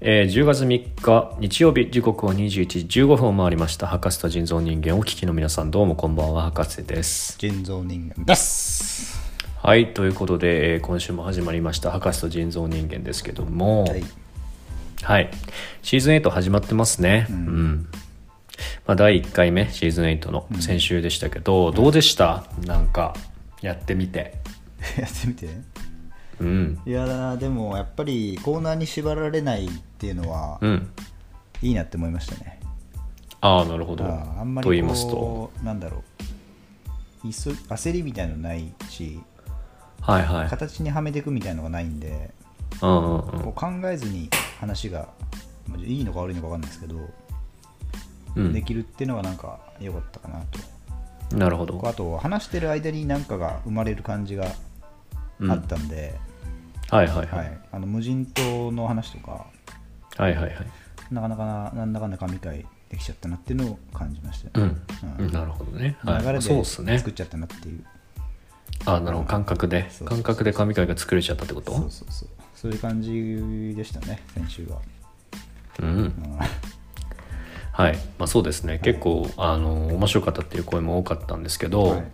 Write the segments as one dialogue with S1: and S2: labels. S1: えー10月3日日曜日時刻は21時15分を回りました博士と人造人間をお聞きの皆さんどうもこんばんは博士です
S2: 人造人間です。
S1: はいということで、えー今週も始まりました博士と人造人間ですけども
S2: はい。
S1: はい、シーズン8始まってますね。うんまあ、第1回目シーズン8の先週でしたけど、どうでしたなんかやってみて。
S2: やってみて。
S1: うん
S2: いやーでもやっぱりコーナーに縛られないっていうのは
S1: うん、
S2: いいなって思いましたね。
S1: ああなるほど。
S2: あーあんまり
S1: と
S2: こう
S1: 言いますと。
S2: なんだろういそ焦りみたいのないし
S1: はいはい。
S2: 形にはめていくみたいのがないんで
S1: うんうんうん
S2: こう考えずに話がまあいいのか悪いのか分かんないですけど、
S1: う
S2: で
S1: ん、
S2: きるっていうのがなんか良かったかなと
S1: なるほ
S2: こう
S1: ど。
S2: あと話してる間に何かが生まれる感じが
S1: うん
S2: あったんで、
S1: はいはいは。
S2: はいい、あの無人島の話とか
S1: はいはいはい。
S2: なかなかななんだかんだ神回できちゃったなっていうのを感じました
S1: う
S2: ね、
S1: ん、うんなるほどね。はい、
S2: 流れ
S1: そう
S2: で
S1: っすね
S2: 作っ。ちゃったなっていう、
S1: ああなるほど感覚で
S2: そうそうそう
S1: 感覚で神回が作れちゃったってこと
S2: そうそうそうそういう感じでしたね先週は、
S1: うん
S2: うん
S1: はいまあ、そうですね、結構あの面白かったっていう声も多かったんですけど、
S2: はい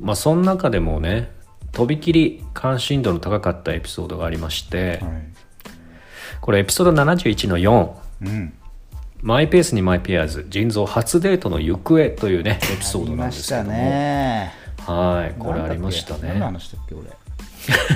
S1: まあ、その中でもねとびきり関心度の高かったエピソードがありまして、
S2: はい
S1: これエピソード71の4
S2: うん、
S1: 「マイペースにマイペアーズ人造初デートの行方」というねエピソードなんですけども、
S2: ありましたね
S1: はいこれありました
S2: 何の
S1: ね
S2: 話したっけ俺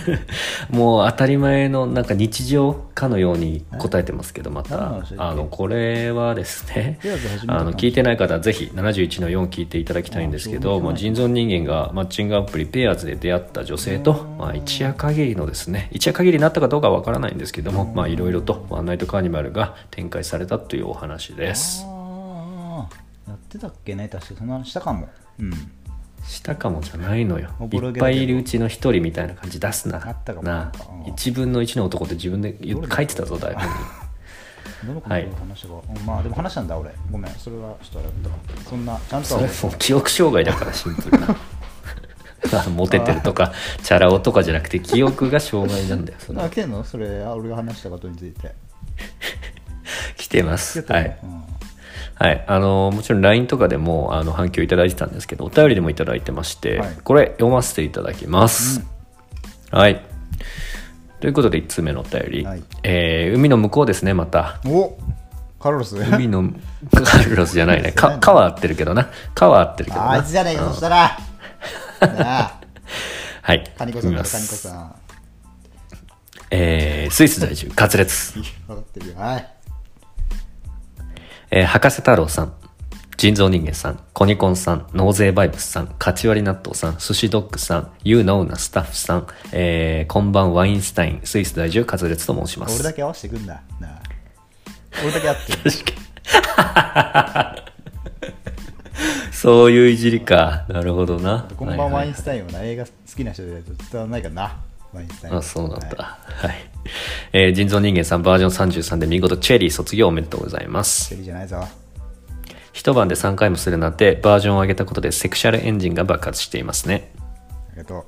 S1: もう当たり前のなんか日常かのように答えてますけどま
S2: 何の
S1: た
S2: 話だっけ
S1: あのこれはですね
S2: ペアーズ始めたの
S1: あの聞いてない方はぜひ71の4聞いていただきたいんですけ
S2: あ
S1: ど、
S2: そう
S1: まあ、人造人間がマッチングアプリペアーズで出会った女性と、まあ、一夜限りのですね一夜限りになったかどうかはわからないんですけどもまあいろいろとワンナイトカーニバルが展開されたというお話です
S2: ああやってたっけね確かその話したかもうん
S1: したかもじゃないのよ
S2: おぼ
S1: い
S2: ろ
S1: っ
S2: げだ
S1: ぱ
S2: けど
S1: いいるうちの一人みたいな感じ出すな
S2: あったかも
S1: な
S2: うん
S1: 1分の1の男って自分で言う書いてたぞ台本に。
S2: どの子の話したか、うんまあでも話したんだ俺ごめんそれはちょっとあれだったわそんなちゃんと
S1: そ
S2: は
S1: れもう記憶障害だからシンプル なあのモテてるとかチャラ男とかじゃなくて記憶が障害なんだよその
S2: あ来てんのそれあ俺が話したことについて
S1: 来てます
S2: 来て
S1: は
S2: た
S1: い
S2: ね、うん
S1: はい、あのもちろん LINE とかでもあの反響いただいてたんですけどお便りでもいただいてまして、
S2: はい
S1: これ読ませていただきます、はいということで1通目のお便り、
S2: はい
S1: えー海の向こうですねまた
S2: おカロロス
S1: 海の カルロスじゃないねか川合ってるけどな川合ってるけどな
S2: ああいつじゃねえかそした らなあ
S1: はい
S2: 金子さん
S1: 見
S2: だ
S1: ま
S2: カニコ
S1: す
S2: さん
S1: えースイス在住カツレツ
S2: いい分かってるよはい
S1: えー博士太郎さん、人造人間さん、コニコンさん、納税バイブスさん、カチワリ納豆さん、寿司ドッグさん、ユーノーなスタッフさん、えーこんばんワインスタイン、スイス在住カズレツと申しま
S2: 俺
S1: す。
S2: だけ合わせてくんだなあ俺だけ 合ってる
S1: そういういじりか。なるほどな。
S2: こんばんはワ
S1: い
S2: イ
S1: い
S2: ンスタインはな映画好きな人でないと伝わらないからなワインスタイン
S1: あ、そうなん
S2: はい
S1: だ。はい。えー人造人間さんバージョン33で見事チェリー卒業おめでとうございます
S2: チェ。リーじゃないぞ
S1: 一晩で3回もするなんてバージョンを上げたことでセクシャルエンジンが爆発していますね。
S2: ありがとう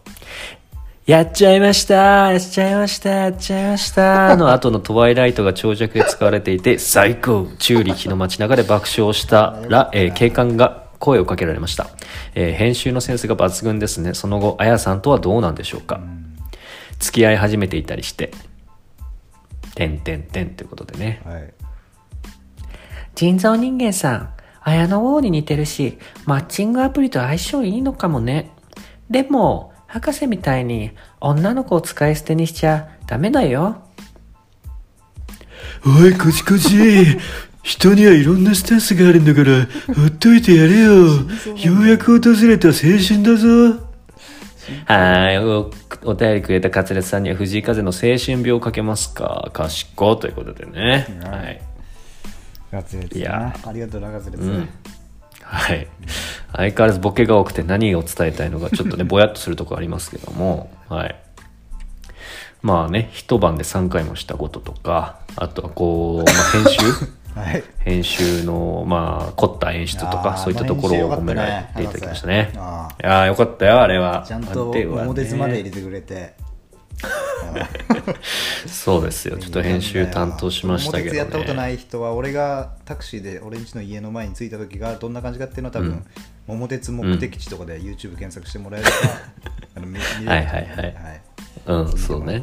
S1: やっちゃいましたやっちゃいましたやっちゃいましたの後のトワイライトが長尺で使われてい て、最高チューリヒの街中で爆笑したら、えー警官が声をかけられました、えー編集のセンスが抜群ですね。その後、あやさんとはどうなんでしょうか付き合い始めていたりして、てんてんてんということでね。
S2: はい
S1: 人造人間さん、綾野王に似てるし、マッチングアプリと相性いいのかもね。でも、博士みたいに女の子を使い捨てにしちゃダメだよ。
S3: おい、こじこじ。人にはいろんなスタンスがあるんだから、ほっといてやれよ。ようやく訪れた青春だぞ。
S1: はい、お、お便りくれたカツレツさんには藤井風の精神病をかけますか。賢いということでね。はい。
S2: ガツレツ
S1: い
S2: な
S1: や
S2: ありがとうなガツレツ、
S1: はい。相変わらずボケが多くて何を伝えたいのかちょっ とね、ぼやっとするとこありますけども、はい。まあね、一晩で3回もしたこととか、あとはこう、まあ、 編集
S2: はい
S1: 編集の、まあ、凝った演出とか、
S2: あー
S1: そういったところを
S2: まあ
S1: 褒められていただきましたね。
S2: 編集良かっ
S1: い
S2: たね
S1: やーよかったよ、あれは。
S2: ちゃん
S1: あ
S2: と
S1: れはね
S2: 表まで入れてくれて
S1: そうですよちょっと編集担当しましたけど、ね、
S2: 桃鉄やったことない人は俺がタクシーで俺んちの家の前に着いた時がどんな感じかっていうのは多分、
S1: うん
S2: 桃鉄目的地とかで YouTube 検索してもらえれば、あの見見れると思うんで
S1: はいはいはい
S2: はい、
S1: うんそうね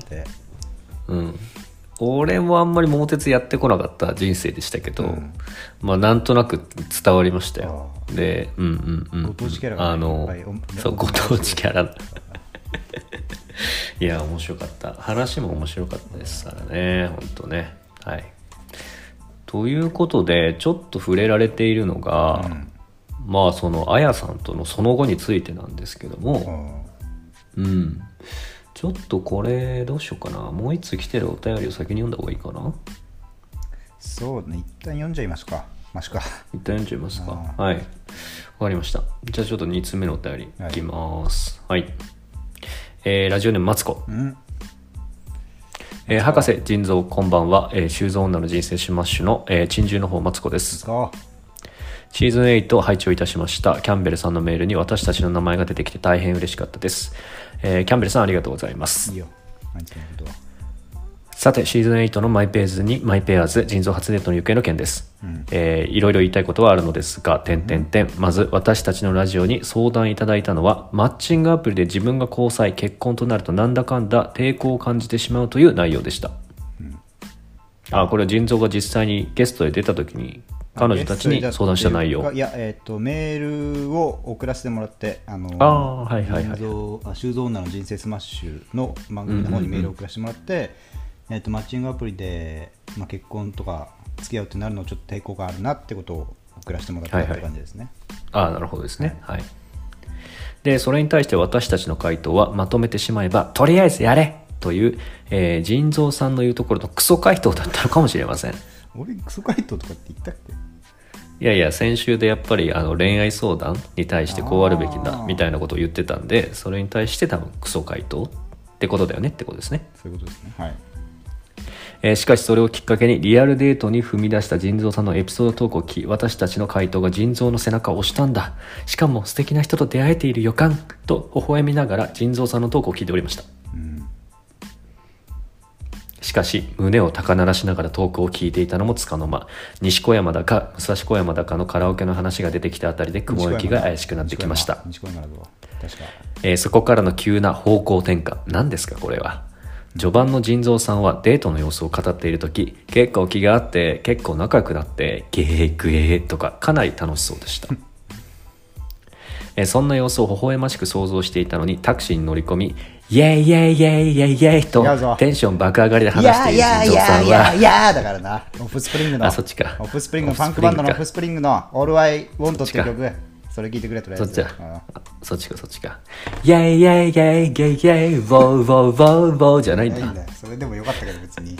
S1: うん俺もあんまり桃鉄やってこなかった人生でしたけど、
S2: うん
S1: まあなんとなく伝わりましたよ
S2: あ
S1: でうんうんうん
S2: ご当地キャラ
S1: あ
S2: がね
S1: の
S2: いっぱいお
S1: そうご当地キャラ いや面白かった話も面白かったですからね本当ねはいということでちょっと触れられているのが、まあそのあやさんとのその後についてなんですけども、
S2: うん
S1: うん。ちょっとこれ、どうしようかな。もう一つ来てるお便りを先に読んだ方がいいかな。
S2: そうね一旦読んじゃいますかマシか
S1: 一旦読んじゃいますか。
S2: あ
S1: はい。わかりました。じゃあちょっと2つ目のお便り
S2: はい
S1: いきます。はい。えーラジオネームマツコ。
S2: うん
S1: えー博士、腎臓、こんばんは。えー、修造女の人生スマッシュの、えー、珍獣の方、マツコです。
S2: か
S1: シーズン8を拝聴いたしました。キャンベルさんのメールに私たちの名前が出てきて大変嬉しかったです。えーキャンベルさんありがとうございます
S2: いい。よあんちのことは
S1: さて、シーズン8のマイペーズに、マイペアーズ、人造初デートの行方の件です。えーいろいろ言いたいことはあるのですが、点点点。まず、私たちのラジオに相談いただいたのは、マッチングアプリで自分が交際、結婚となると、なんだかんだ抵抗を感じてしまうという内容でした。あ、これは腎臓が実際にゲストで出た時に、彼女たちに相談した内容。
S2: いや、えっ、と、メールを送らせてもらって、あの、
S1: あーはいはいはい
S2: 人造あ修造女の人生スマッシュの番組の方にメールを送らせてもらって、えっと、マッチングアプリで、まあ、結婚とか付き合うってなるのちょっと抵抗があるなってことを送らせてもらった
S1: はい
S2: っ
S1: はい
S2: て感じですね。
S1: ああなるほどですねはいでそれに対して私たちの回答はまとめてしまえばとりあえずやれという、えー、腎臓さんの言うところのクソ回答だったのかもしれません
S2: 俺、クソ回答とかって言ったっけ
S1: いやいや先週でやっぱりあの恋愛相談に対してこうあるべきだみたいなことを言ってたんでそれに対して多分クソ回答ってことだよねってことですね
S2: そういうことですね。はい。
S1: えーしかしそれをきっかけにリアルデートに踏み出した腎臓さんのエピソードトークを聞き私たちの回答が腎臓の背中を押したんだしかも素敵な人と出会えている予感と微笑みながら腎臓さんのトークを聞いておりました
S2: うん。
S1: しかし胸を高鳴らしながらトークを聞いていたのもつかの間西小山だか武蔵小山だかのカラオケの話が出てきたあたりで雲行きが怪しくなってきました
S2: 西小山だわ確か。
S1: えーそこからの急な方向転換何ですかこれは序盤の腎臓さんはデートの様子を語っている時結構気があって結構仲良くなってゲーグエーとかかなり楽しそうでした えーそんな様子を微笑ましく想像していたのにタクシーに乗り込みイェイイェイイェイイェイイェイ
S2: やるぞ
S1: とテンション爆上がりで
S2: い
S1: 話し
S2: や
S1: て
S2: い
S1: いる
S2: や
S1: 腎
S2: い
S1: 臓さ
S2: や
S1: ん
S2: い
S1: は
S2: やいやだからな。オフスプリングの。
S1: あそっちか
S2: オフスプリングの
S1: オ
S2: フ
S1: フ
S2: ァン
S1: ス
S2: ク
S1: プリ
S2: バ
S1: ン
S2: ン
S1: グ
S2: ド
S1: か
S2: のオフスプリングの All I Want って
S1: そ
S2: いう
S1: っち
S2: 曲。それ聞いてくれとりあえ
S1: そっ
S2: ず。
S1: ちだ
S2: うん。
S1: そっちかそっちかイェイイェイイェイイェイイェイウォーウォーウォーウォーじゃないん
S2: ない
S1: だ
S2: んだよ。それでもよかったけど別に。、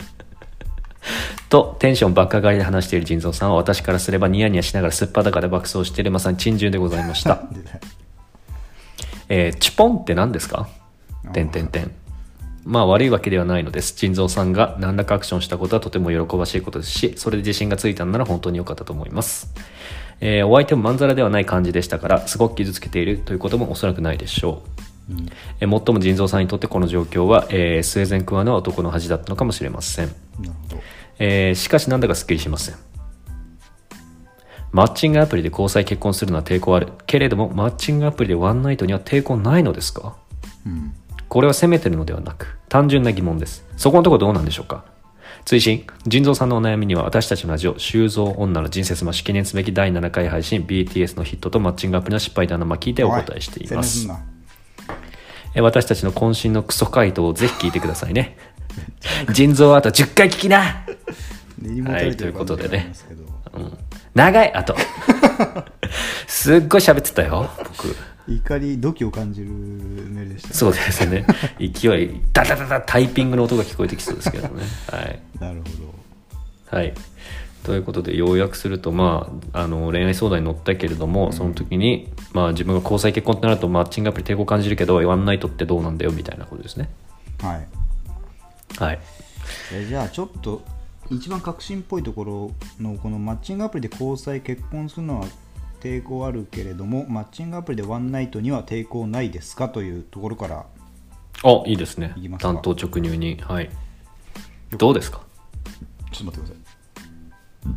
S1: とテンション爆上がりで話している腎臓さんは私からすればニヤニヤしながらすっぱだかで爆走しているまさに珍獣でございました
S2: で
S1: えーチュポンって何ですかてんてんてんまあ悪いわけではないのです腎臓さんが何らかアクションしたことはとても喜ばしいことですしそれで自信がついたのなら本当に良かったと思います、えーお相手もまんざらではない感じでしたからすごく傷つけているということもおそらくないでしょう、えー最も腎臓さんにとってこの状況は、えースウェーデンクワの男の恥だったのかもしれません
S2: なるほど。
S1: えーしかしなんだかすっきりしませんマッチングアプリで交際結婚するのは抵抗あるけれどもマッチングアプリでワンナイトには抵抗ないのですか
S2: うん。
S1: これは責めてるのではなく単純な疑問ですそこのところどうなんでしょうか追伸腎臓さんのお悩みには私たちのラジオ「修造女の人生スマッシュ」記念すべき第7回配信 BTS のヒットとマッチングアプリの失敗談の巻きでお答えしていま
S2: お宣
S1: す
S2: 伝
S1: え私たちの渾身のクソ回答をぜひ聞いてくださいね腎臓はあと10回聞きな
S2: すんな練り物取れ
S1: はいと
S2: てる
S1: いうことでね
S2: 感じがありますけど
S1: うん長いあ とすっごい喋ってたよ 僕
S2: 怒り、度胸を感じるメールでした。
S1: そうですね勢いダダダダタイピングの音が聞こえてきそうですけどねはい、
S2: なるほ
S1: はい、ということで要約するとまああの恋愛相談に乗ったけれども、その時に、まあ、自分が交際結婚ってなるとマッチングアプリ抵抗感じるけどワンナイトってどうなんだよみたいなことですね
S2: ど。はい。
S1: はい
S2: えじゃあちょっと一番革新っぽいところのこのマッチングアプリで交際結婚するのは抵抗あるけれどもマッチングアプリでワンナイトには抵抗ないですかというところから
S1: あいいですね
S2: いきますか
S1: 担当直入にはいどうですか
S2: ちょっと待ってください。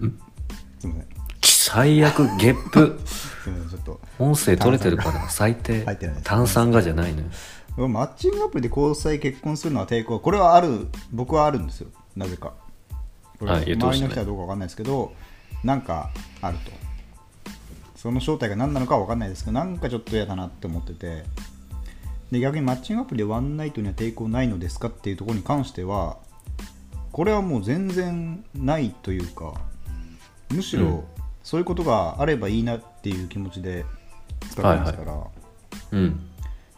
S2: すみません。
S1: 最悪ゲップ
S2: すみません、ちょっ
S1: 音声取れてるかな最低
S2: 入ってないです
S1: 炭酸がじゃないのよ
S2: と。マッチングアプリで交際、結婚するのは抵抗、これはある、僕はあるんですよ、なぜか。これ
S1: はい
S2: 周
S1: いや
S2: り
S1: どう
S2: の
S1: して
S2: 人はどうかわかんないですけど、なんかあると。その正体が何なのかはわかんないですけど、なんかちょっと嫌だなって思ってて、で逆にマッチングアプリでワンナイトには抵抗ないのですかっていうところに関しては、これはもう全然ないというか、むし
S1: うん
S2: ろそういうことがあればいいなっていう気持ちで使ってますから、
S1: うん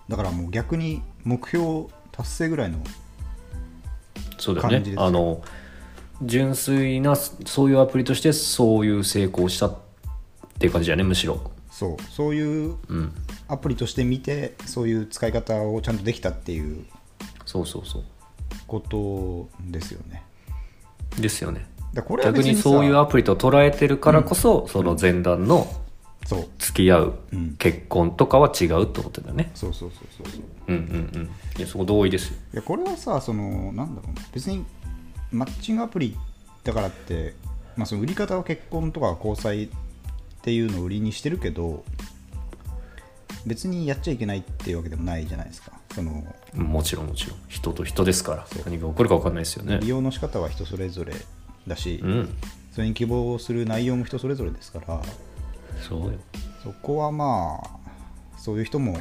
S2: だからもう逆に目標達成ぐらいの
S1: そうだよ
S2: 感じ
S1: ね
S2: です
S1: あの純粋なそういうアプリとしてそういう成功したっていう感じだよねむしろ
S2: そうそういう
S1: うん
S2: アプリとして見てそういう使い方をちゃんとできたっていう
S1: そうそうそう
S2: ことですよね
S1: ですよね
S2: だからこれは
S1: 逆
S2: 別
S1: に
S2: さ
S1: そういうアプリと捉えてるからこそ、その前段の
S2: そう
S1: 付き合う、
S2: うん
S1: 結婚とかは違うってことだよね
S2: そうそうそうそうそう
S1: うんうんうんいやそこ同意ですよ
S2: いやこれはさそのなんだろうな別にマッチングアプリだからって、まあ、その売り方は結婚とか交際っていうのを売りにしてるけど別にやっちゃいけないっていうわけでもないじゃないですかその
S1: もちろんもちろん人と人ですから何が起こるか分かんないですよね
S2: 利用の仕方は人それぞれだし、
S1: うん
S2: それに希望する内容も人それぞれですから
S1: そうよ
S2: そこはまあそういう人も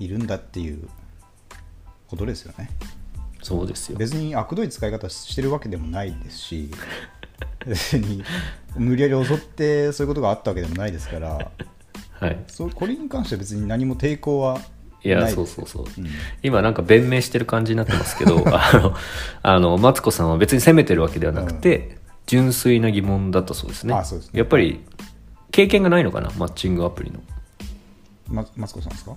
S2: いるんだっていうことですよね
S1: そうですよ
S2: 別に悪どい使い方してるわけでもないです し別に無理やり襲ってそういうことがあったわけでもないですから
S1: はい
S2: そうこれに関しては別に何も抵抗はない
S1: いやそうそうそう、
S2: うん
S1: 今なんか弁明してる感じになってますけ どあのあのマツコさんは別に責めてるわけではなくて、純粋な疑問だったそうですね
S2: あそうですね
S1: やっぱり経験がないのかなマッチングアプリの
S2: まマツコさんですか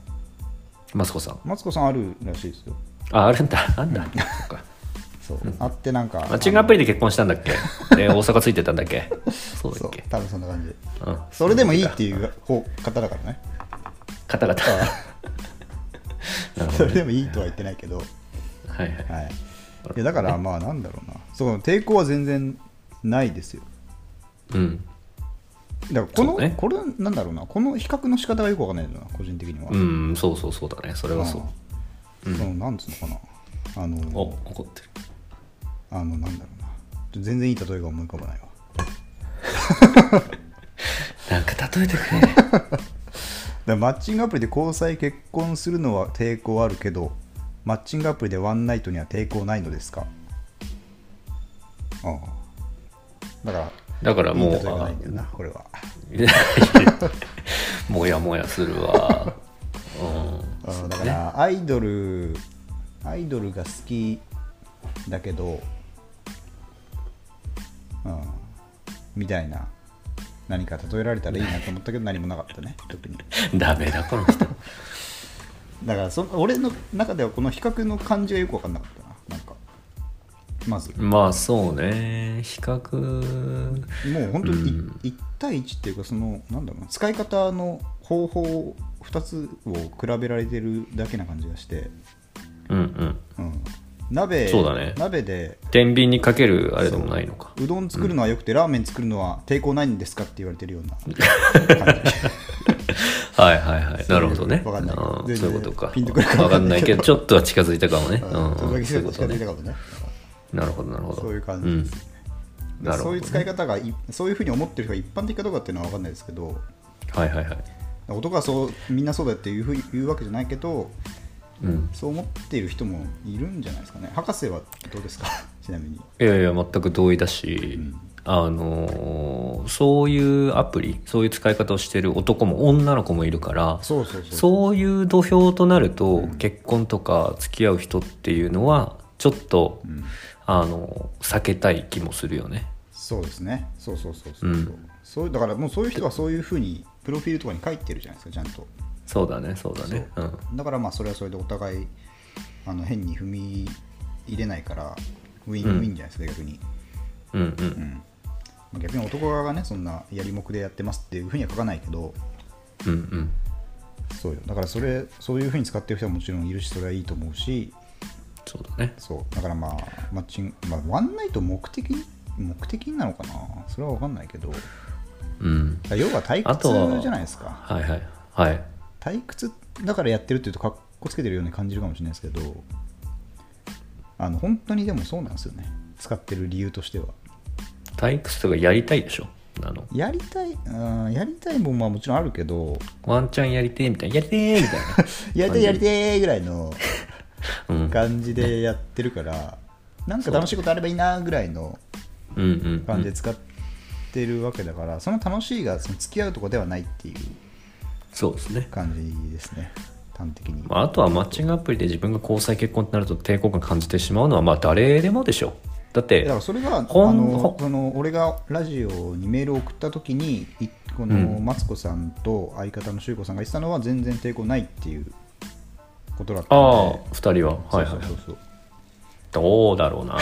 S1: マツコさん
S2: マツコさんあるらしいですよ
S1: ああるんだあんだ そっか
S2: そう、あってなんか
S1: マッチングアプリで結婚したん だっけで大阪ついてたんだっけそうだ
S2: そ
S1: っ
S2: う
S1: け
S2: 多分そんな感じで
S1: うん
S2: それでもいいっていう方方だからね
S1: 方々 なるほ
S2: そ
S1: ど
S2: れでもいいとは言ってないけど、はい、
S1: はいはい
S2: いやだからまあなんだろうなその抵抗は全然ないですよ
S1: うん
S2: だからこの、
S1: そうね
S2: これなんだろうなこの比較の仕方がよくわかんないんだよな個人的には、
S1: うんそうそうそうだねそれはそう
S2: うんそのなんつうのかなあ
S1: お
S2: の
S1: 怒ってる
S2: あのなんだろうなちょ全然いい例えが思い浮かばないわ
S1: なんか例えてく
S2: だからマッチングアプリで交際結婚するのは抵抗あるけどマッチングアプリでワンナイトには抵抗ないのですかああだから
S1: れだからも
S2: いうい例えがないんだよなこれは
S1: もやもやするわ。うん。
S2: あだからアイドルアイドルが好きだけど、うん、みたいな何か例えられたらいいなと思ったけど何もなかったね特に
S1: ダメだ、この人。
S2: だからそ俺の中ではこの比較の感じがよく分かんなかったななんかまず
S1: まあそうね。比較。
S2: もう本当にい、
S1: うん
S2: 1対1っていうかそのなんだろうな使い方の方法2つを比べられてるだけな感じがして、
S1: うんうん。
S2: うん、鍋
S1: そうだね
S2: 鍋で
S1: 天秤にかけるあれでもないのか。
S2: うどん作るのはよくて、ラーメン作るのは抵抗ないんですかって言われてるような 感じ
S1: はいはいはい。なるほどね。
S2: わかんない
S1: あー
S2: 全
S1: そう
S2: 然
S1: いうことか。
S2: ピンとくるか
S1: わ
S2: わ
S1: か
S2: か
S1: んな
S2: んないい
S1: け
S2: け
S1: ど、
S2: ど
S1: ちょっとは近づいたかもね。うん
S2: うんそれ
S1: うん。
S2: だけ
S1: そういうこ
S2: しか
S1: と
S2: 出て
S1: ね。
S2: たかもね
S1: なるほどなるほど。
S2: そういう感
S1: う
S2: じ
S1: ん
S2: です、
S1: なるほどね
S2: そういう使い方がいそういうふうに思ってる人が一般的かどうかっていうのは分かんないですけど
S1: はいはいはい。
S2: 男はそうみんなそうだっていうふうに言うわけじゃないけど
S1: うん。
S2: そう思っている人もいるんじゃないですかね博士はどうですか ちなみに
S1: いやいや全く同意だし、あのーそういうアプリそういう使い方をしてる男も女の子もいるから
S2: そうそうそう
S1: そういう土俵となると、結婚とか付き合う人っていうのはちょっと、あの避けたい気もするよね。
S2: そうですねそうそうそうそう、
S1: うん
S2: そうだからもうそういう人はそういうふうにプロフィールとかに書いてるじゃないですかちゃんと
S1: そうだねそうだね。う
S2: そうんだからまあそれはそれでお互いあの変に踏み入れないからウィンウィンじゃないですか、逆に、
S1: うんう
S2: うんんまあ、逆に男側がねそんなやりもくでやってますっていうふうには書かないけど
S1: うんうん
S2: そうよだからそれそういうふうに使ってる人はもちろんいるしそれはいいと思うし
S1: そうだね
S2: そうだからまあマッチング、まあ、ワンナイト目的目的なのかなそれは分かんないけどだか
S1: うん
S2: ら要は退
S1: あとは
S2: 屈じゃないですか
S1: はいはいはい
S2: 退屈だからやってるっていうとかっこつけてるように感じるかもしれないですけどあの本当にでもそうなんですよね使ってる理由としては
S1: 退屈とかやりたいでしょあの
S2: やりたいうんやりたいもんはもちろんあるけど
S1: ワンチャンやりてえみたいなやりてえみたい
S2: やりたいやりてーぐらいの
S1: な、うん、
S2: 感じでやってるからなんか楽しいことあればいいなぐらいの
S1: うんうん
S2: 感じで使ってるわけだから、その楽しいがその付き合うとこではないっていう
S1: そうですね、
S2: 感じですね端的に、
S1: まあ、あとはマッチングアプリで自分が交際結婚ってなると抵抗感感じてしまうのはまあ誰でもでしょだっ
S2: だ
S1: て
S2: からそれがあ
S1: ほん
S2: の
S1: ほ
S2: その俺がラジオにメールを送った時にいこのマツコさんと相方の修子さんが言ってたのは全然抵抗ないっていうことだった
S1: ああ
S2: の
S1: 2人は
S2: で
S1: はいはい
S2: そうそうそう
S1: どうだろう な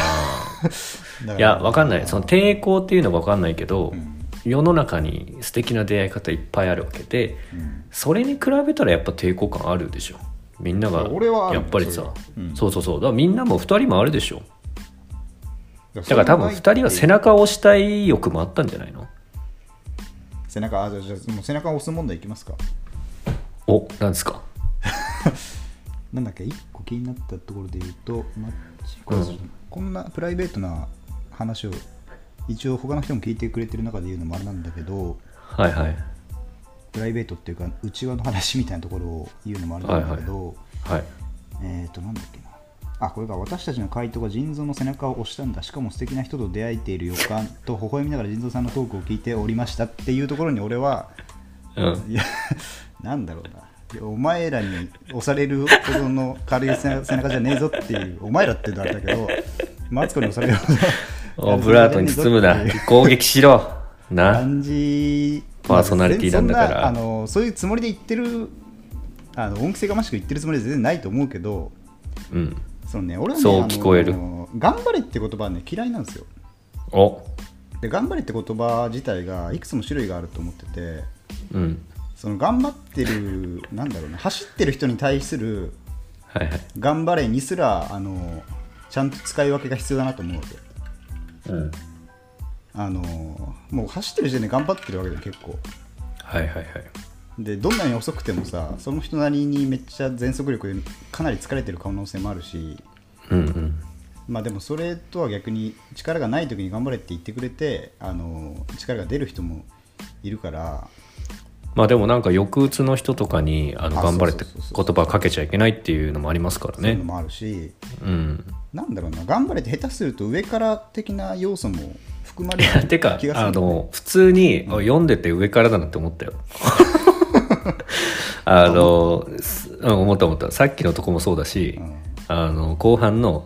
S2: そうだ
S1: い
S2: から
S1: やわかんないその抵抗っていうのがわかんないけど、
S2: うん
S1: 世の中に素敵な出会い方いっぱいあるわけで
S2: うん
S1: それに比べたらやっぱ抵抗感あるでしょみんなが
S2: 俺はある
S1: やっぱり
S2: そ
S1: さ
S2: れはうん
S1: そうそうそうだからみんなも2人もあるでしょ
S2: だ
S1: だから多分2人は背中を押したい欲もあったんじゃないの
S2: 背中あじゃあじゃあもう背中を押す問題いきますか
S1: おなんですか
S2: なんだっけ一個気になったところで言うとマッチこれ、
S1: うん
S2: こんなプライベートな話を一応他の人も聞いてくれてる中で言うのもあれなんだけど
S1: はいはい
S2: プライベートっていうか内輪の話みたいなところを言うのもあれなんだけど、
S1: はい
S2: えっ、となんだっけなあこれが私たちの回答が腎臓の背中を押したんだしかも素敵な人と出会えている予感と微笑みながら腎臓さんのトークを聞いておりましたっていうところに俺は
S1: うん
S2: いや、なんだろうな。いやお前らに押されるほどの軽い背中背中じゃねえぞっていう、お前らって言うとあれだけど、マツコに押されるほど。
S1: オブラートに包むな
S2: っていう
S1: 攻撃しろ な
S2: 感じ。
S1: パーソナリティなんだから
S2: そあのそういうつもりで言ってる、あの恩着せがましく言ってるつもりは全然ないと思うけど、
S1: うん
S2: そのね、俺はね、
S1: そう
S2: あの
S1: 聞こえる
S2: 頑張れって言葉はね、嫌いなんですよ。
S1: お
S2: で、頑張れって言葉自体がいくつも種類があると思ってて、
S1: うん
S2: その頑張ってる、なんだろうな、走ってる人に対する
S1: はいはい
S2: 頑張れにすらあのちゃんと使い分けが必要だなと思うので
S1: うん
S2: あのもう走ってる時点で頑張ってるわけで結構
S1: はいはいはい
S2: でどんなに遅くてもさその人なりにめっちゃ全速力でかなり疲れてる可能性もあるし
S1: うんうん
S2: まあでもそれとは逆に力がない時に頑張れって言ってくれてあの力が出る人もいるから
S1: まあでもなんか抑うつの人とかにあの
S2: あ
S1: 頑張れって
S2: そうそうそうそ
S1: 言
S2: う
S1: 葉かけちゃいけないっていうのもありますから
S2: そういうの
S1: ね
S2: もあるし、
S1: うん
S2: なんだろうな頑張れって下手すると上から的な要素も含ま
S1: い
S2: れ
S1: や
S2: る
S1: てか
S2: 気がする
S1: あ
S2: んだよね
S1: の普通にあ読んでて上からだなって思ったよ あのすうん思った思ったさっきのとこもそうだし、
S2: うん
S1: あの後半の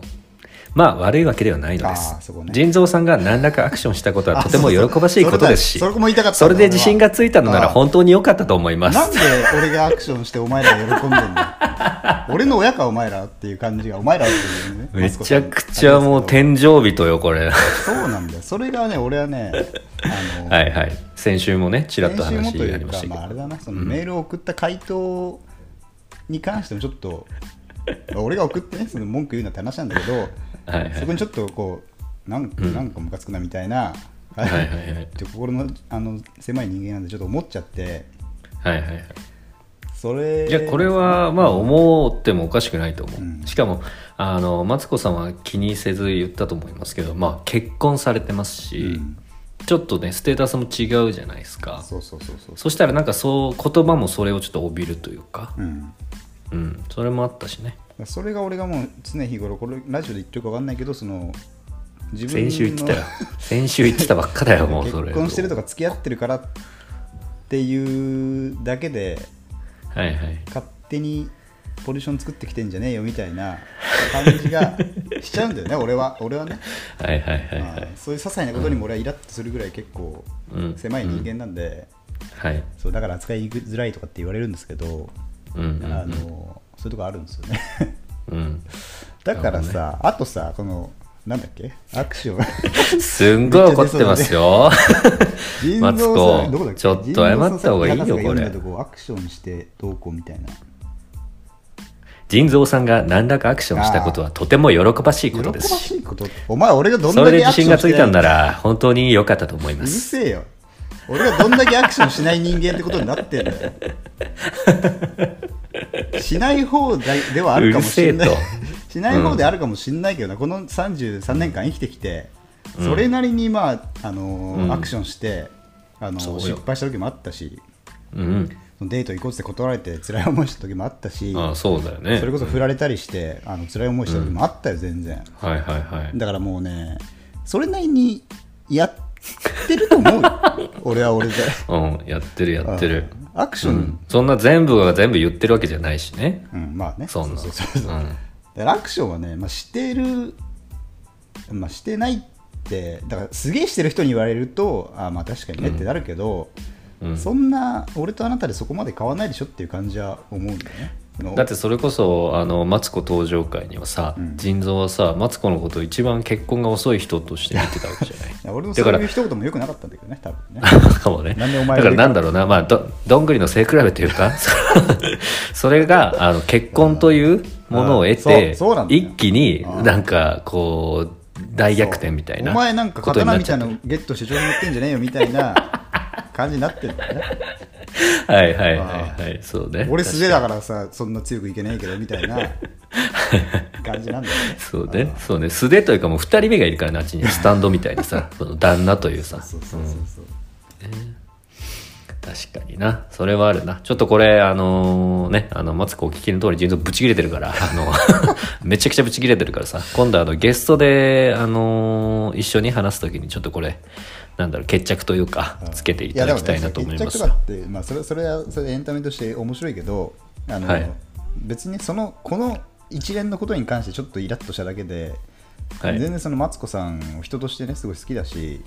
S1: まあ悪いわけではないので
S2: あー
S1: す
S2: そこね
S1: 腎臓さんが何らかアクションしたことはとても喜ばしいことですし
S2: あそうそうそれだよそれも言いたかったんだ
S1: それで自信がついたのなら
S2: あー
S1: 本当に良かったと思いま
S2: なん
S1: す
S2: で俺がアクションしてお前らが喜んでんだ俺の親かお前らっていう感じがお前らっていうね
S1: めちゃくちゃもう天
S2: 天
S1: 井人よこれは
S2: そうなんだよそれがね俺はねあの、
S1: いはい先週もねちらっと
S2: 先週も
S1: 話
S2: とい
S1: あり
S2: う
S1: ま
S2: か
S1: し、たけ
S2: まあ、あ
S1: ど
S2: れだなそのメールを送った回答に関してもちょっと、俺が送ってねその文句言うなって話なんだけど
S1: はいはい
S2: そこにちょっとこうなんなんかムカつくなみたいな、
S1: はいはいはい
S2: って心のあの狭い人間なんでちょっと思っちゃって
S1: はいはいはい
S2: それ
S1: いやこれはまあ思ってもおかしくないと思う、
S2: うん
S1: しかもあのマツコさんは気にせず言ったと思いますけど、まあ、結婚されてますし、
S2: うん
S1: ちょっとねステータスも違うじゃないですか
S2: そうそうそうそう
S1: そしたらなんかそう言葉もそれをちょっと帯びるというか、
S2: うん
S1: うん、それもあったしね
S2: それが俺がもう常日頃これラジオで言ってるか分かんないけどその自分
S1: 先
S2: の
S1: 週言って たよ先週言ってたばっかだよもうそれ
S2: 結婚してるとか付き合ってるからっていうだけで
S1: はいはい
S2: 勝手にポジション作ってきてんじゃねえよみたいな感じがしちゃうんだよね俺は俺はね、
S1: はいはいはいは
S2: はいいそういう些細なことにも俺はイラッとするぐらい結構
S1: うん
S2: 狭い人間なんで、
S1: はい
S2: そうだから扱いづらいとかって言われるんですけど、
S1: うんうん
S2: あのそういうとこあるんですよね
S1: うん
S2: だからさ、あとさこのなんだっけ握手を
S1: すんごい怒ってますよ。マツコ
S2: どこだけ
S1: ちょっと謝った方がいいよ
S2: 腎臓
S1: これ
S2: さん博士が読んだとこアクションしてどうこうみたいな
S1: 腎臓さんが何らかアクションしたことはとても喜ばしいことで
S2: 喜
S1: す
S2: ば
S1: し、
S2: しいことお前俺がどん
S1: そ
S2: だ
S1: れ
S2: け
S1: で自信がついたんな
S2: アクションして
S1: ら本当に良かったと思い
S2: ないう
S1: ま
S2: る
S1: す。
S2: せえよ俺がどんだけアクションしない人間ってことになってんだ よしない方ではあるかもしれないう
S1: るせ
S2: しない方であるかもしれないけどな、この33年間生きてきてそれなりにまあ、あのー
S1: うん
S2: アクションしてあのー
S1: そうよ
S2: 失敗した時もあったし
S1: うん、
S2: デート行こうって断られて辛い思いした時もあったし、
S1: ああそうだよね。
S2: それこそ振られたりして、あの辛い思いした時もあったよ、全然。
S1: はいはいはい。
S2: だからもうね、それなりにやってると思うよ俺は俺で。
S1: うん、やってるやってる。
S2: アクシ
S1: う
S2: ョン
S1: ん、、そんな全部が全部言ってるわけじゃないしね。
S2: うんまあね、
S1: そんな。
S2: うそうそう
S1: う
S2: だ
S1: ん
S2: からアクションはね、まあ、してる、まあ、してないって、だからすげえしてる人に言われると、あまあ確かにねってなるけど、
S1: うん
S2: そんな、俺とあなたでそこまで変わらないでしょっていう感じは思うんだよね。あの
S1: だってそれこそあのマツコ登場会にはさ、
S2: うん
S1: 腎臓はさマツコのことを一番結婚が遅い人として見てたわけじゃない
S2: いや俺の
S1: だ
S2: そ
S1: か
S2: う
S1: ら
S2: いう一言もよくなかったんだけどね、多分ね。
S1: かもね
S2: なんでお
S1: だか
S2: 前
S1: らなんだろうなまあどどんぐりの背比べという かそそれがあの結婚というものを得
S2: うん
S1: て
S2: そうそうなんだよ
S1: 一気に
S2: うん
S1: なんかこう大逆転みたいな
S2: お前なんか
S1: ことに
S2: 刀
S1: なっ
S2: み
S1: ち
S2: た
S1: ゃ
S2: い
S1: っ
S2: なのゲットして上に乗ってんじゃねえよみたいな感じになってるんだ よね
S1: たはいはいはいはいそうね
S2: 俺素手だからさそんな強くいけねえけどみたいな感じなんだよね
S1: そうねそうね素手というかもう2人目がいるからなあっちにスタンドみたいな さその旦那というさ
S2: そうそうそうそう、
S1: 確かになそれはあるなちょっとこれあのねあのマツコお聞きの通り腎臓ぶち切れてるからあの めちゃくちゃぶち切れてるからさ今度あのゲストであの一緒に話す時にちょっとこれなんだろう決着というかつけていただきたいなと思います
S2: やでもね決着だって、まあ、それそれはそれエンタメとして面白いけどあの、
S1: はい
S2: 別にそのこの一連のことに関してちょっとイラッとしただけで、
S1: はい
S2: 全然そのマツコさんを人としてねすごい好きだし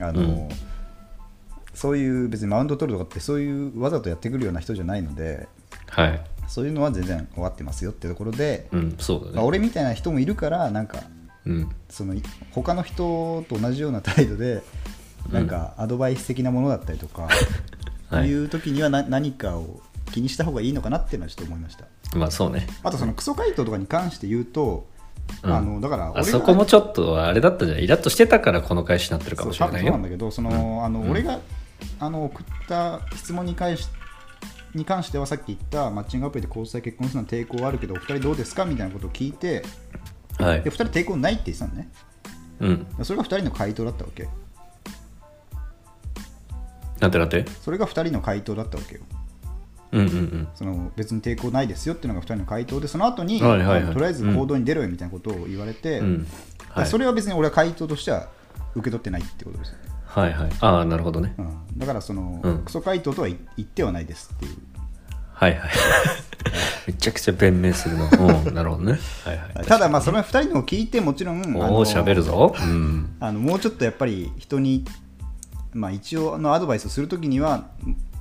S2: あの、
S1: うん
S2: そういう別にマウント取るとかってそういうわざとやってくるような人じゃないので
S1: はい
S2: そういうのは全然終わってますよってところで、
S1: うんそう
S2: ま
S1: だ
S2: あ
S1: ね
S2: 俺みたいな人もいるからなんか
S1: うん
S2: その他の人と同じような態度でなんかアドバイス的なものだったりとか、
S1: はい
S2: いう時にはな何かを気にした方がいいのかなっていうのはちょっと思いました
S1: まあそうね
S2: あとそのクソ回答とかに関して言うと、
S1: うん
S2: あのだから
S1: あ
S2: が
S1: そこもちょっとあれだったんじゃないイラッとしてたからこの返しになってるか
S2: そ
S1: も
S2: う
S1: し
S2: 多
S1: れな
S2: 分
S1: い
S2: そ
S1: うよ
S2: なんだけどそのあの俺があの送った質問に関しに関してはさっき言ったマッチングアプリで交際結婚するのは抵抗はあるけどお二人どうですかみたいなことを聞いて
S1: はい
S2: で2人抵抗ないって言ってたのね
S1: うん
S2: それが2人の回答だったわけ
S1: なんてなんて
S2: それが2人の回答だったわけよ
S1: うんうん
S2: その別に抵抗ないですよっていうのが2人の回答でその後に、
S1: はいはいはい
S2: あのとりあえず行動に出ろよみたいなことを言われて、
S1: うんうんはい
S2: それは別に俺は回答としては受け取ってないってことです、
S1: はいはいああなるほどね
S2: うん、だからその、
S1: うん
S2: クソ回答とは言言ってはないですっていう
S1: はいはい。めちゃくちゃ弁明する の。うん、なるほどね。はいはい。
S2: ただまあその2人のを聞いてもちろんあ
S1: お
S2: の
S1: お、喋るぞ。うん。
S2: あのもうちょっとやっぱり人に、まあ、一応あのアドバイスをするときには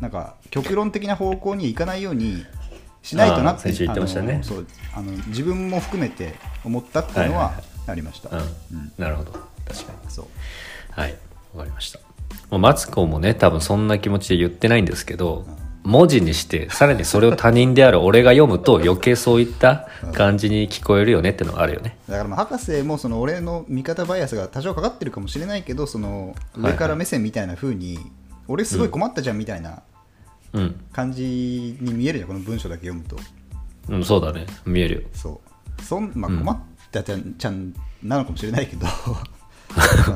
S2: なんか極論的な方向に行かないようにしないとな
S1: あ
S2: っ
S1: ー
S2: て
S1: 先週言ってましたね
S2: あのそうあの自分も含めて思ったっていう
S1: はい
S2: のは
S1: はい
S2: ありました、
S1: うん。なるほど。確かに。
S2: そう
S1: はい。わかりました。もうマツコもね、多分そんな気持ちで言ってないんですけど、文字にして、さらにそれを他人である俺が読むと余計そういった感じに聞こえるよねってのはあるよね。
S2: だからまあ博士もその俺の味方バイアスが多少かかってるかもしれないけどその
S1: いはい
S2: 上から目線みたいな風に、俺すごい困ったじゃんみたいな
S1: うん。
S2: 感じに見えるじゃんこの文章だけ読むと
S1: うん、そうだね。見えるよ。
S2: そうそん、まあ、困ったちゃん,、ちゃんなのかもしれないけ ど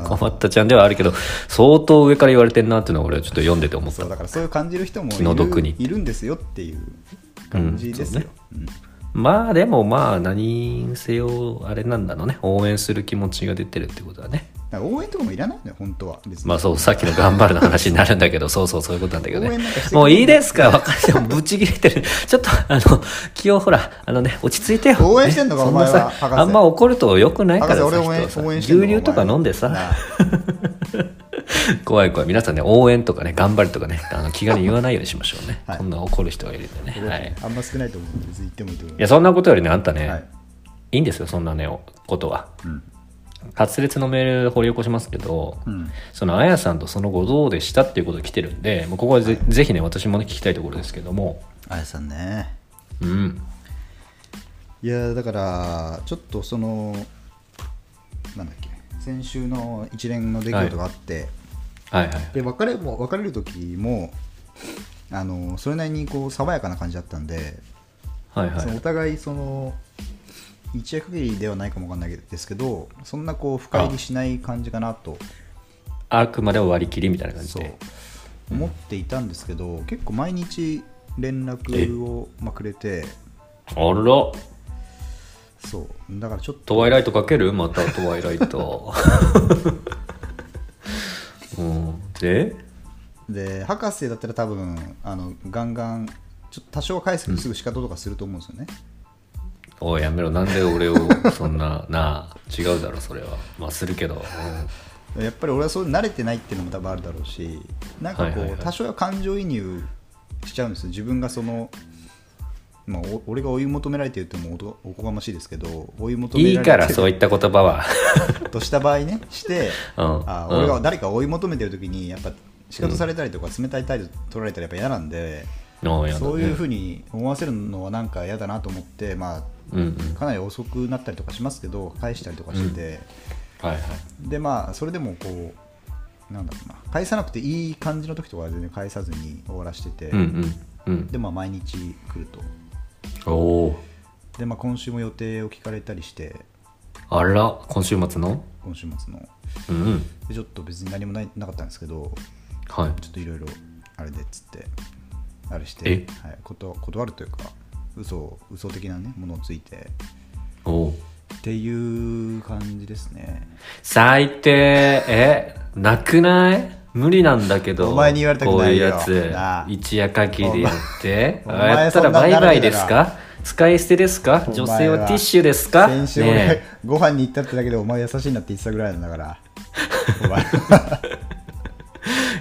S1: 困ったちゃんではあるけど、相当上から言われてんなっていうのは俺はちょっと読んでて思った
S2: そう。だからそういう感じる人もい
S1: 気の毒に
S2: るいるんですよっていう感じですよ、うん
S1: まあでもまあ何にせよあれなんだろうね応援する気持ちが出てるってことだね
S2: だから応援とかもいらないのよ本当は別に、
S1: まあそうさっきの頑張るの話になるんだけど そうそうそういうことなんだけど
S2: 応
S1: ね
S2: 援なんかしてくれる
S1: もういいですか若い人もぶち切れてる ちょっとあの気をほらあのね落ち着いてよ
S2: 応援してんのか
S1: ね
S2: お前は
S1: そんな
S2: 博
S1: さ
S2: 士
S1: あんま怒るとよくないからさ
S2: 博士俺応援
S1: 人はさ
S2: 応援
S1: 牛
S2: してんの
S1: 乳とか飲んで
S2: お前
S1: さ
S2: なあ
S1: 怖い怖い皆さんね応援とかね頑張るとかねあの気軽に言わないようにしましょうね、
S2: はい
S1: こんな怒る人がいるんでね、 はい、
S2: あんま少ないと思うんで別に言ってもいいと思い
S1: い
S2: ま
S1: や
S2: す
S1: そんなことよりねあんたね、
S2: はい
S1: い、いんですよそんなねおことは、
S2: ん
S1: 滑裂のメール掘り起こしますけど、
S2: うん
S1: そのあやさんとその後どうでしたっていうことが来てるんで、もうここはぜぜひね、私もね、聞きたいところですけども、
S2: あやさんね
S1: うん、
S2: いやーだからちょっとそのなんだっけ先週の一連の出来事があって、
S1: はいはい。
S2: で別れも別れる時もあのそれなりにこう爽やかな感じだったんで、
S1: はいは
S2: そのお
S1: い。
S2: 互いその一夜限りではないかもわかんないですけどそんなこう深入りしない感じかなと
S1: あくまで割り切りみたいな感じ
S2: そう
S1: で。
S2: 思っていたんですけど、結構毎日連絡をまあくれて
S1: あら、
S2: そうだからちょっと
S1: トワイライトかけるまたトワイライト。 うん、で
S2: で博士だったら多分あのガンガンちょっと多少は返すけどすぐ仕方とかすると思うんですよね、
S1: おいやめろなんで俺をそんななあ違うだろそれはまあするけど、う
S2: やっぱり俺はそう慣れてないっていうのも多分あるだろうしなんかこう、
S1: はいはいはい
S2: 多少は感情移入しちゃうんですよ自分がその、まあ、お俺が追い求められてるってもおとおこがましいですけど追い求
S1: ん、い
S2: め
S1: い
S2: ら
S1: か
S2: れ
S1: ら
S2: て
S1: そう
S2: る
S1: いった言葉は
S2: とした場合ねして、
S1: うん
S2: あ
S1: うん
S2: 俺が誰かを追い求めてる時にやっぱ仕方されたりとか冷たい態度取られたらやっぱ嫌なんで、
S1: おやだね
S2: そういうふうに思わせるのはなんか嫌だなと思って、まあ、
S1: うんうん
S2: かなり遅くなったりとかしますけど返したりとかしてて、
S1: はいはい
S2: でまあそれでもこうなんだろうな返さなくていい感じの時とかは全然返さずに終わらしてて、
S1: うんうんうん
S2: でまあ毎日来ると
S1: おお
S2: で、まあ、今週も予定を聞かれたりして
S1: あら今週末の
S2: 今週末の
S1: うんうん
S2: でちょっと別に何もないなかったんですけど
S1: はい
S2: ちょっといろいろあれでっつってあれし
S1: え
S2: て、はい、こと断るというか嘘を嘘的なねものをついて
S1: おお
S2: っていう感じですね
S1: 最低えなくない無理なんだけど
S2: お前に言われたく
S1: こう
S2: ない
S1: いう
S2: よ
S1: やつ
S2: なあ
S1: 一夜限りやって
S2: お前
S1: あやったら
S2: そんな
S1: バ
S2: ん
S1: イ
S2: なる
S1: バ
S2: け
S1: イ
S2: どな
S1: ですか使い捨てですか女性
S2: お前
S1: はティッシュですか
S2: 先週俺、
S1: ね
S2: ご飯に行ったってだけでお前優しいなって言ってたぐらいなん だからお前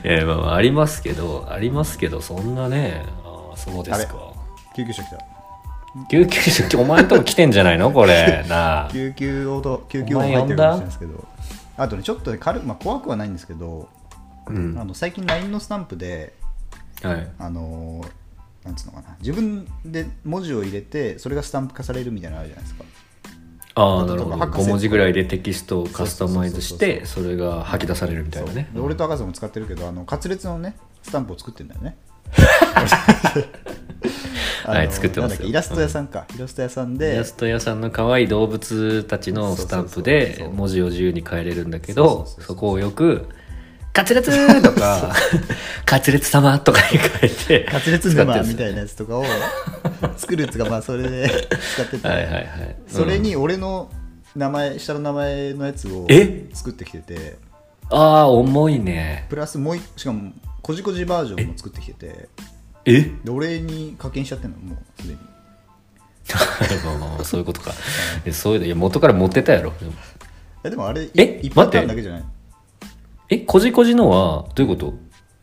S1: ええまあまあありますけどありますけどそんなねああそうですか
S2: 救急車来た
S1: 救急車お前んとこ来てんじゃないのこ れなあ
S2: 救急応答救急応答入ってるかもしれないですけどあとねちょっとね軽く、まあ、怖くはないんですけど、
S1: うん
S2: あの最近 LINE のスタンプで
S1: はい
S2: あのーなんつうのかな自分で文字を入れてそれがスタンプ化されるみたいなのあるじゃないですか
S1: ああなるほど
S2: とか博士
S1: 5文字ぐらいでテキストをカスタマイズしてそれが吐き出されるみたいなね
S2: そうで俺と赤瀬も使ってるけどあの滑裂のねスタンプを作ってんだよねあの
S1: はい作ってますよ
S2: なんだっけイラスト屋さんか、イラスト屋さんで
S1: イラスト屋さんの可愛い動物たちのスタンプ
S2: そうそうそう
S1: で
S2: そう
S1: 文字を自由に変えれるんだけ
S2: そう
S1: ど
S2: そうそうそう
S1: そこをよく「カツレツ!」とか「カツレツ様!」とかに変えて
S2: 滑
S1: 使
S2: 裂
S1: って
S2: 沼
S1: るんです
S2: みたいなやつとかを作るやつがまあそれで使ってて、
S1: はいはいはい
S2: それ
S1: うん
S2: に俺の名前下の名前のやつを
S1: え
S2: 作ってきてて
S1: ああ重いね
S2: プラスもう一しかもこじこじバージョンも作ってきてて
S1: え
S2: で俺に課金しちゃってんのもうすでに
S1: まあまあまあそういうことかえそういうのいや元から持ってたやろでも
S2: えでもあれい
S1: え
S2: 一パ
S1: 待
S2: ター
S1: って
S2: ンだけじゃない
S1: えこじこじのはどういうこと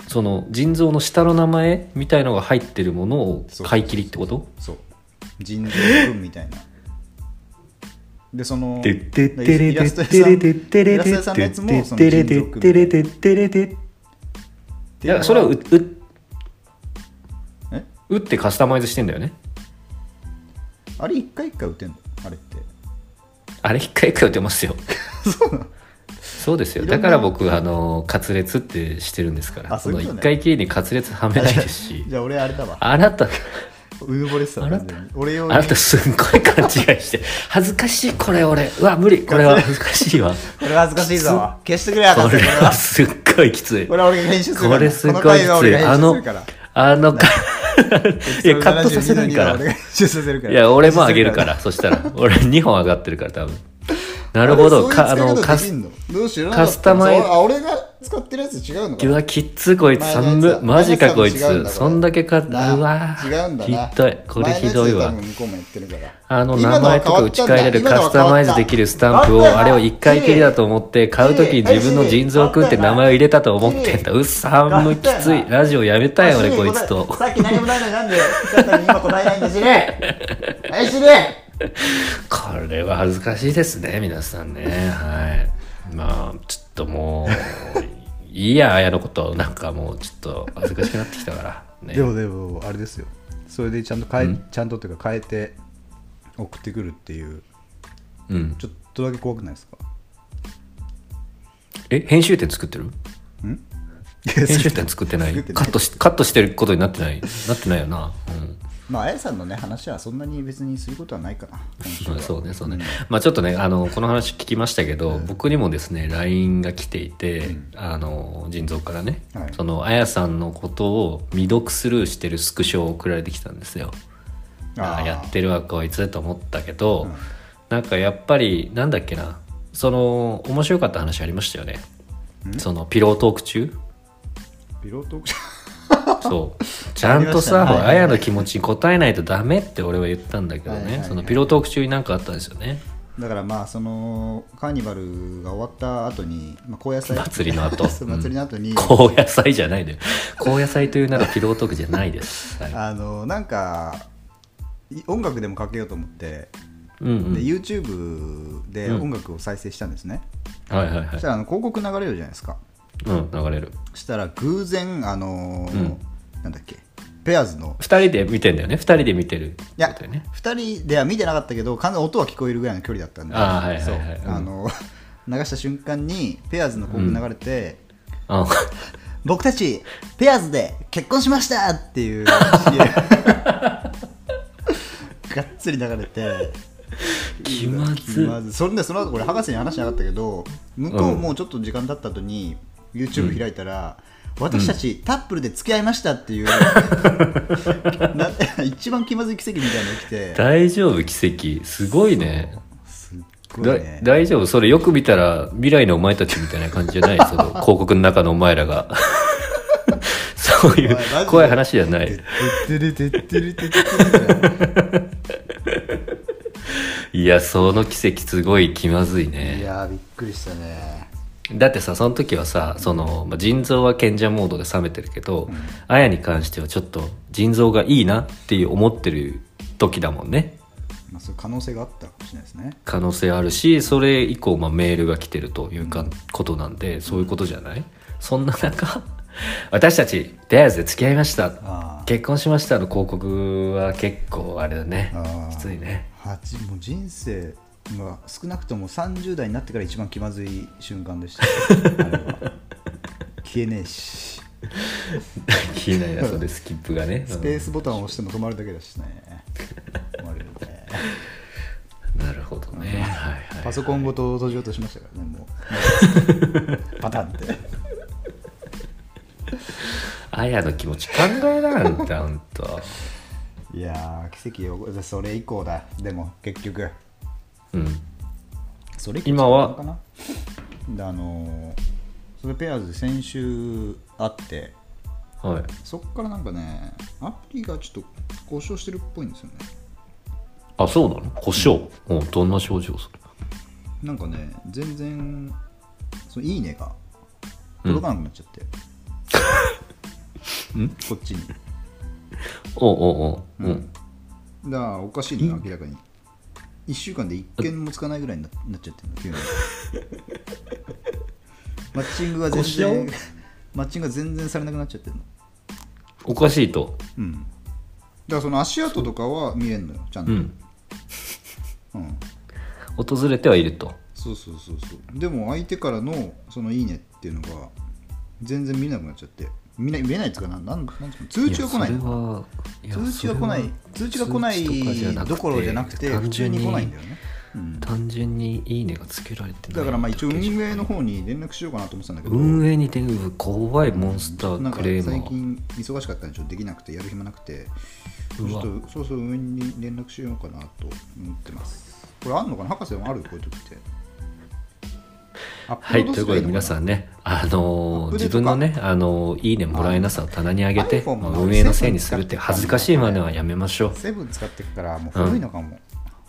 S1: その腎臓の下の名前みたいのが入ってるものを買い切りってこと
S2: そう腎臓君みたいなでその
S3: てってってれ
S2: イ
S3: て
S2: ラ
S3: っ
S2: スト屋
S3: て
S2: さ
S3: れ
S2: ん
S3: てって
S2: イ
S3: れ
S2: ラス
S3: て
S2: ト屋さんのやつもその腎
S3: ってれて
S2: 臓
S3: っ
S2: 君
S3: てれてってれてって
S1: いやそれをうう
S2: え
S1: 打ってカスタマイズしてんだよね
S2: あれ一回一回打てんのあれって
S1: あれ一回一回打てます よそうですよだから僕あの滑裂ってしてるんですから
S2: あ
S1: そ
S2: そういう
S1: の
S2: こと
S1: 一
S2: ね
S1: 回きりに滑裂はめないですし
S2: じゃあ俺あれだわ
S1: あなた
S2: うぬぼれてた
S1: あな
S2: 完
S1: た
S2: 全に俺用
S1: あなたすんごい勘違いして恥ずかしいこれ俺うわ無理これは恥ずかしいわ
S2: これ恥ずかしいぞ消してくれ
S1: こ
S2: 博士
S1: れ
S2: これ
S1: は
S2: は
S1: すっごいきつい
S2: これは俺が編集するから
S1: これすごい
S2: こ
S1: きつ
S2: の回は俺が
S1: い。あの
S2: 編集するから、
S1: あのか、いや、カットさせないか
S2: 俺が
S1: ら。
S2: 編集させるから
S1: いや、俺もあげる から、そしたら。俺2本上がってるから、多分。なるほど。か、
S2: か
S1: あ
S2: あ
S1: の、
S2: の
S1: か
S2: カ
S1: す、
S2: スどうしよう
S1: カスタマイ
S2: あ俺が使ってるやつ違うのか
S1: う
S2: な
S1: わ、きっつこいつ、
S2: 前のやつだ
S1: 寒っマジかこい
S2: 前のやつは違うん
S1: つ。
S2: だ
S1: そんだけか、う
S2: な
S1: わ
S2: 違うんだな
S1: ひどい。これひどいわ
S2: 前のやつで多。分向こうもやってるから
S1: あの
S2: 今
S1: 名
S2: は
S1: 前
S2: 変
S1: とか
S2: わ
S1: 打
S2: った
S1: ち
S2: んだ
S1: 替えれる
S2: 今の
S1: カ
S2: は
S1: ス
S2: 変
S1: タ
S2: わ
S1: マ
S2: っ
S1: イ
S2: た
S1: ズできるスタンプをあれを1回きりだと思って買うとき自分の腎臓を食って名前を入れたと思ってんだうっさんむきついラジオやめたい俺こいつと
S2: さっき何もないのになんで、だったら今答えないんだしね。はい、しね。
S1: これは恥ずかしいですね皆さんねはいまあちょっともういいや綾のことなんかもうちょっと恥ずかしくなってきたからね
S2: でもでもあれですよそれでちゃんと変え、ちゃんとっていうか変えて送ってくるっていう
S1: うん
S2: ちょっとだけ怖くないですか
S1: え編集点作ってる
S2: ん
S1: 編集点作ってない
S2: 作ってな
S1: カ
S2: い
S1: ットしカットしてることになってないなってないよなうん
S2: まああやさんのね話はそんなに別にすることはないかな
S1: まあそうねそうね、まあちょっとねあのこの話聞きましたけど、僕にもですね LINE が来ていて、あの腎臓からね、
S2: はい
S1: そのあやさんのことを未読スルーしてるスクショを送られてきたんですよああやってるわこいつと思ったけど、
S2: うん
S1: なんかやっぱりなんだっけなその面白かった話ありましたよねそのピロートーク 中
S2: ピロートーク
S1: そうちゃんと
S2: あ
S1: さ
S2: りましたねはいはい
S1: あやの気持ちに応えないとダメって俺は言ったんだけどね、
S2: はいはいはい
S1: そのピロートーク中になんかあったんですよね
S2: だからまあそのカーニバルが終わった後に、まあ、高野菜
S1: 祭りの後
S2: そう祭りの後に、
S1: 高野菜じゃないのよ高野菜というならピロートークじゃない です、はい
S2: あのなんかい音楽でもかけようと思って、
S1: うんうん
S2: で YouTube で音楽を再生したんですね、
S1: はいはい
S2: そ
S1: は
S2: したらあの広告流れるじゃないですか
S1: いうん流れる
S2: そしたら偶然あのー
S1: うん
S2: なんだっけペアーズの
S1: 2人で見てんだよね2人で見てる
S2: いや、
S1: ことだよね
S2: 2人では見てなかったけど完全に音は聞こえるぐらいの距離だったんで
S1: あーはいはいはい
S2: そう
S1: うん
S2: あの 流した瞬間にペアーズの広告流れて、
S1: あ
S2: 僕たちペアーズで結婚しましたっていう CM がっつり流れて
S1: 気まずい
S2: まずそれでその後これ博士に話しなかったけど向こうもうちょっと時間経った後に YouTube 開いたら、私たちタップルで付き合いましたっていう、な一番気まずい奇跡みたいなのが起きて
S1: 大丈夫奇跡すごいね
S2: すっごいね
S1: だ大丈夫それよく見たら未来のお前たちみたいな感じじゃないその広告の中のお前らが そういう怖い話じゃない
S2: てってれてってれてってれ
S1: いやその奇跡すごい気まずいね
S2: いやーびっくりしたね
S1: だってさその時はさその、まあ、腎臓は賢者モードで冷めてるけど、あやに関してはちょっと腎臓がいいなっていう思ってる時だもんね
S2: まあそういう可能性があったかもしれないですね
S1: 可能性あるしそれ以降、まあ、メールが来てるというか、ことなんでそういうことじゃない、そんな中私たち出会えずで付き合いました
S2: ああ
S1: 結婚しましたの広告は結構あれだね
S2: あー
S1: きついね
S2: はちもう人生が少なくとも30代になってから一番気まずい瞬間 でしたあれは消えねえし
S1: 消えないなそれスキップがね、
S2: スペースボタンを 押しても止まるだけだし ね止まるよね
S1: うんなるほどね、はいはい
S2: パソコンごと閉じようとしましたからねも うパタンって
S1: あやの気持ち考えられんだほんと
S2: いやー奇跡よそれ以降だでも結局
S1: うん
S2: それ
S1: 今は
S2: かなであのーそれペアーズで先週会って
S1: はい
S2: そっからなんかねアプリがちょっと故障してるっぽいんですよね
S1: あそうなの故障、うん、どんな症状それ
S2: なんかね全然そのいいねが届かなくなっちゃって、 こっちにだか
S1: おうおうおううん、
S2: らおかしいのよ明らかに1週間で1件もつかないぐらいにななっちゃってるの 急にマッチングが全然
S1: 故
S2: マッチングが全然されなくなっちゃってるの
S1: おかしいと
S2: うんだからその足跡とかは見えんのよちゃんと
S1: う
S2: うんん、
S1: 訪れてはいると
S2: そうそうそうそうでも相手からのその「いいね」っていうのが全然見えなくなっちゃって見ない見えないっていうかなんなんなんていうの通知が来ない
S1: やそれはいや
S2: 通知が来ない通知が来な
S1: 通知とかじゃなく
S2: い
S1: て
S2: どころじゃなくて普
S1: 単
S2: 通
S1: 純
S2: に
S1: に
S2: 来ないんだよね、うん
S1: 単純に「いいね」がつけられてない
S2: だからまあ一応運営の方に連絡しようかなと思ってたんだけど、
S1: 運営に電話怖いモンスタ
S2: な
S1: ー
S2: んか
S1: クレ
S2: 最
S1: ーマー
S2: 近忙しかったんでちょっとできなくてやる暇なくてち
S1: う
S2: ょ
S1: わ
S2: っとそろそろ運営に連絡しようかなと思ってますこれあんのかな博士もあるこういう時って
S1: はいということで皆
S2: ん
S1: さんねあ
S2: ア
S1: のー
S2: ップデー
S1: 自分
S2: トか
S1: のねあのーいいねもらえなさを棚に上げて
S2: iPhone
S1: まあ
S2: の
S1: 運営のせいにするって恥ずかしい真似はやめましょう
S2: セブン使ってくからもう古いのかも、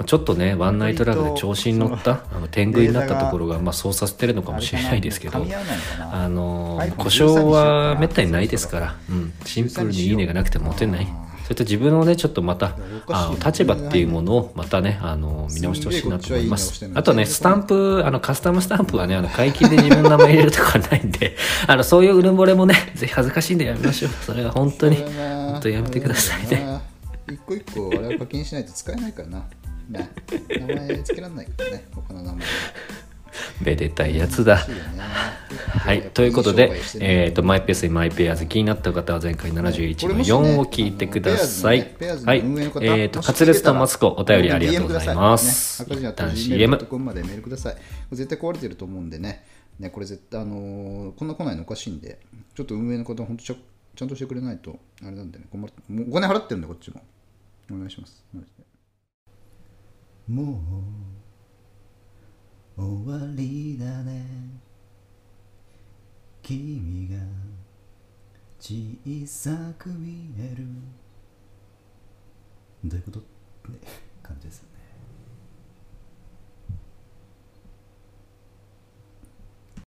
S1: ちょっとねワンナイトラブで調子に乗ったあの天狗になったところが、まあ、そうさせてるのかもしれないですけ
S2: あれ
S1: ど
S2: かな噛み合わないのかな
S1: あの
S2: iPhone
S1: 故障はめったにない
S2: 13
S1: ですから、うん、シンプルにいいねがなくてモテない
S2: あ
S1: そういった自分のねちょっとまた
S2: いやおかしい
S1: あ
S2: よね
S1: の立場っていうものをまたねあの見直してほしいなと思いま
S2: こっちはいいのして
S1: す
S2: んの
S1: あとねスタンプあのカスタムスタンプはねあの解禁で自分の名前入れるとかないんで あのそういううるぼれもねぜひ恥ずかしいんでやめましょうそれは本当に
S2: それはな
S1: 本当やめてください
S2: それは
S1: ね
S2: な一個一個我々課金しないと使えないからなね名前つけられないからね他の名前
S1: めでた いやつだ
S2: 欲しいよね
S1: はい、 ということで、えっ、と、
S2: と
S1: マイペースにマイペアーズ気になった方は前回71の
S2: これもしね
S1: 4を聞いてください。
S2: あのペアーズの
S1: は
S2: ね
S1: い
S2: ペアーズの運営の、方
S1: えっ、と、
S2: もし
S1: カツレツとマツコ、お便りありが
S2: DM
S1: とうございます。
S2: くださいね
S1: 一
S2: 赤
S1: 旦
S2: 字だ
S1: CM
S2: と gmail.com までメールください。絶対壊れてると思うんでね、ねこれ絶対、あのーこんな来ないのおかしいんで、ちょっと運営の方、本当ちゃちゃんとしてくれないと、あれなんでね、困るもうお金払ってるんで、こっちも。お願いします。もう終わりだね君が小さ く見えるどういうことって感じですよね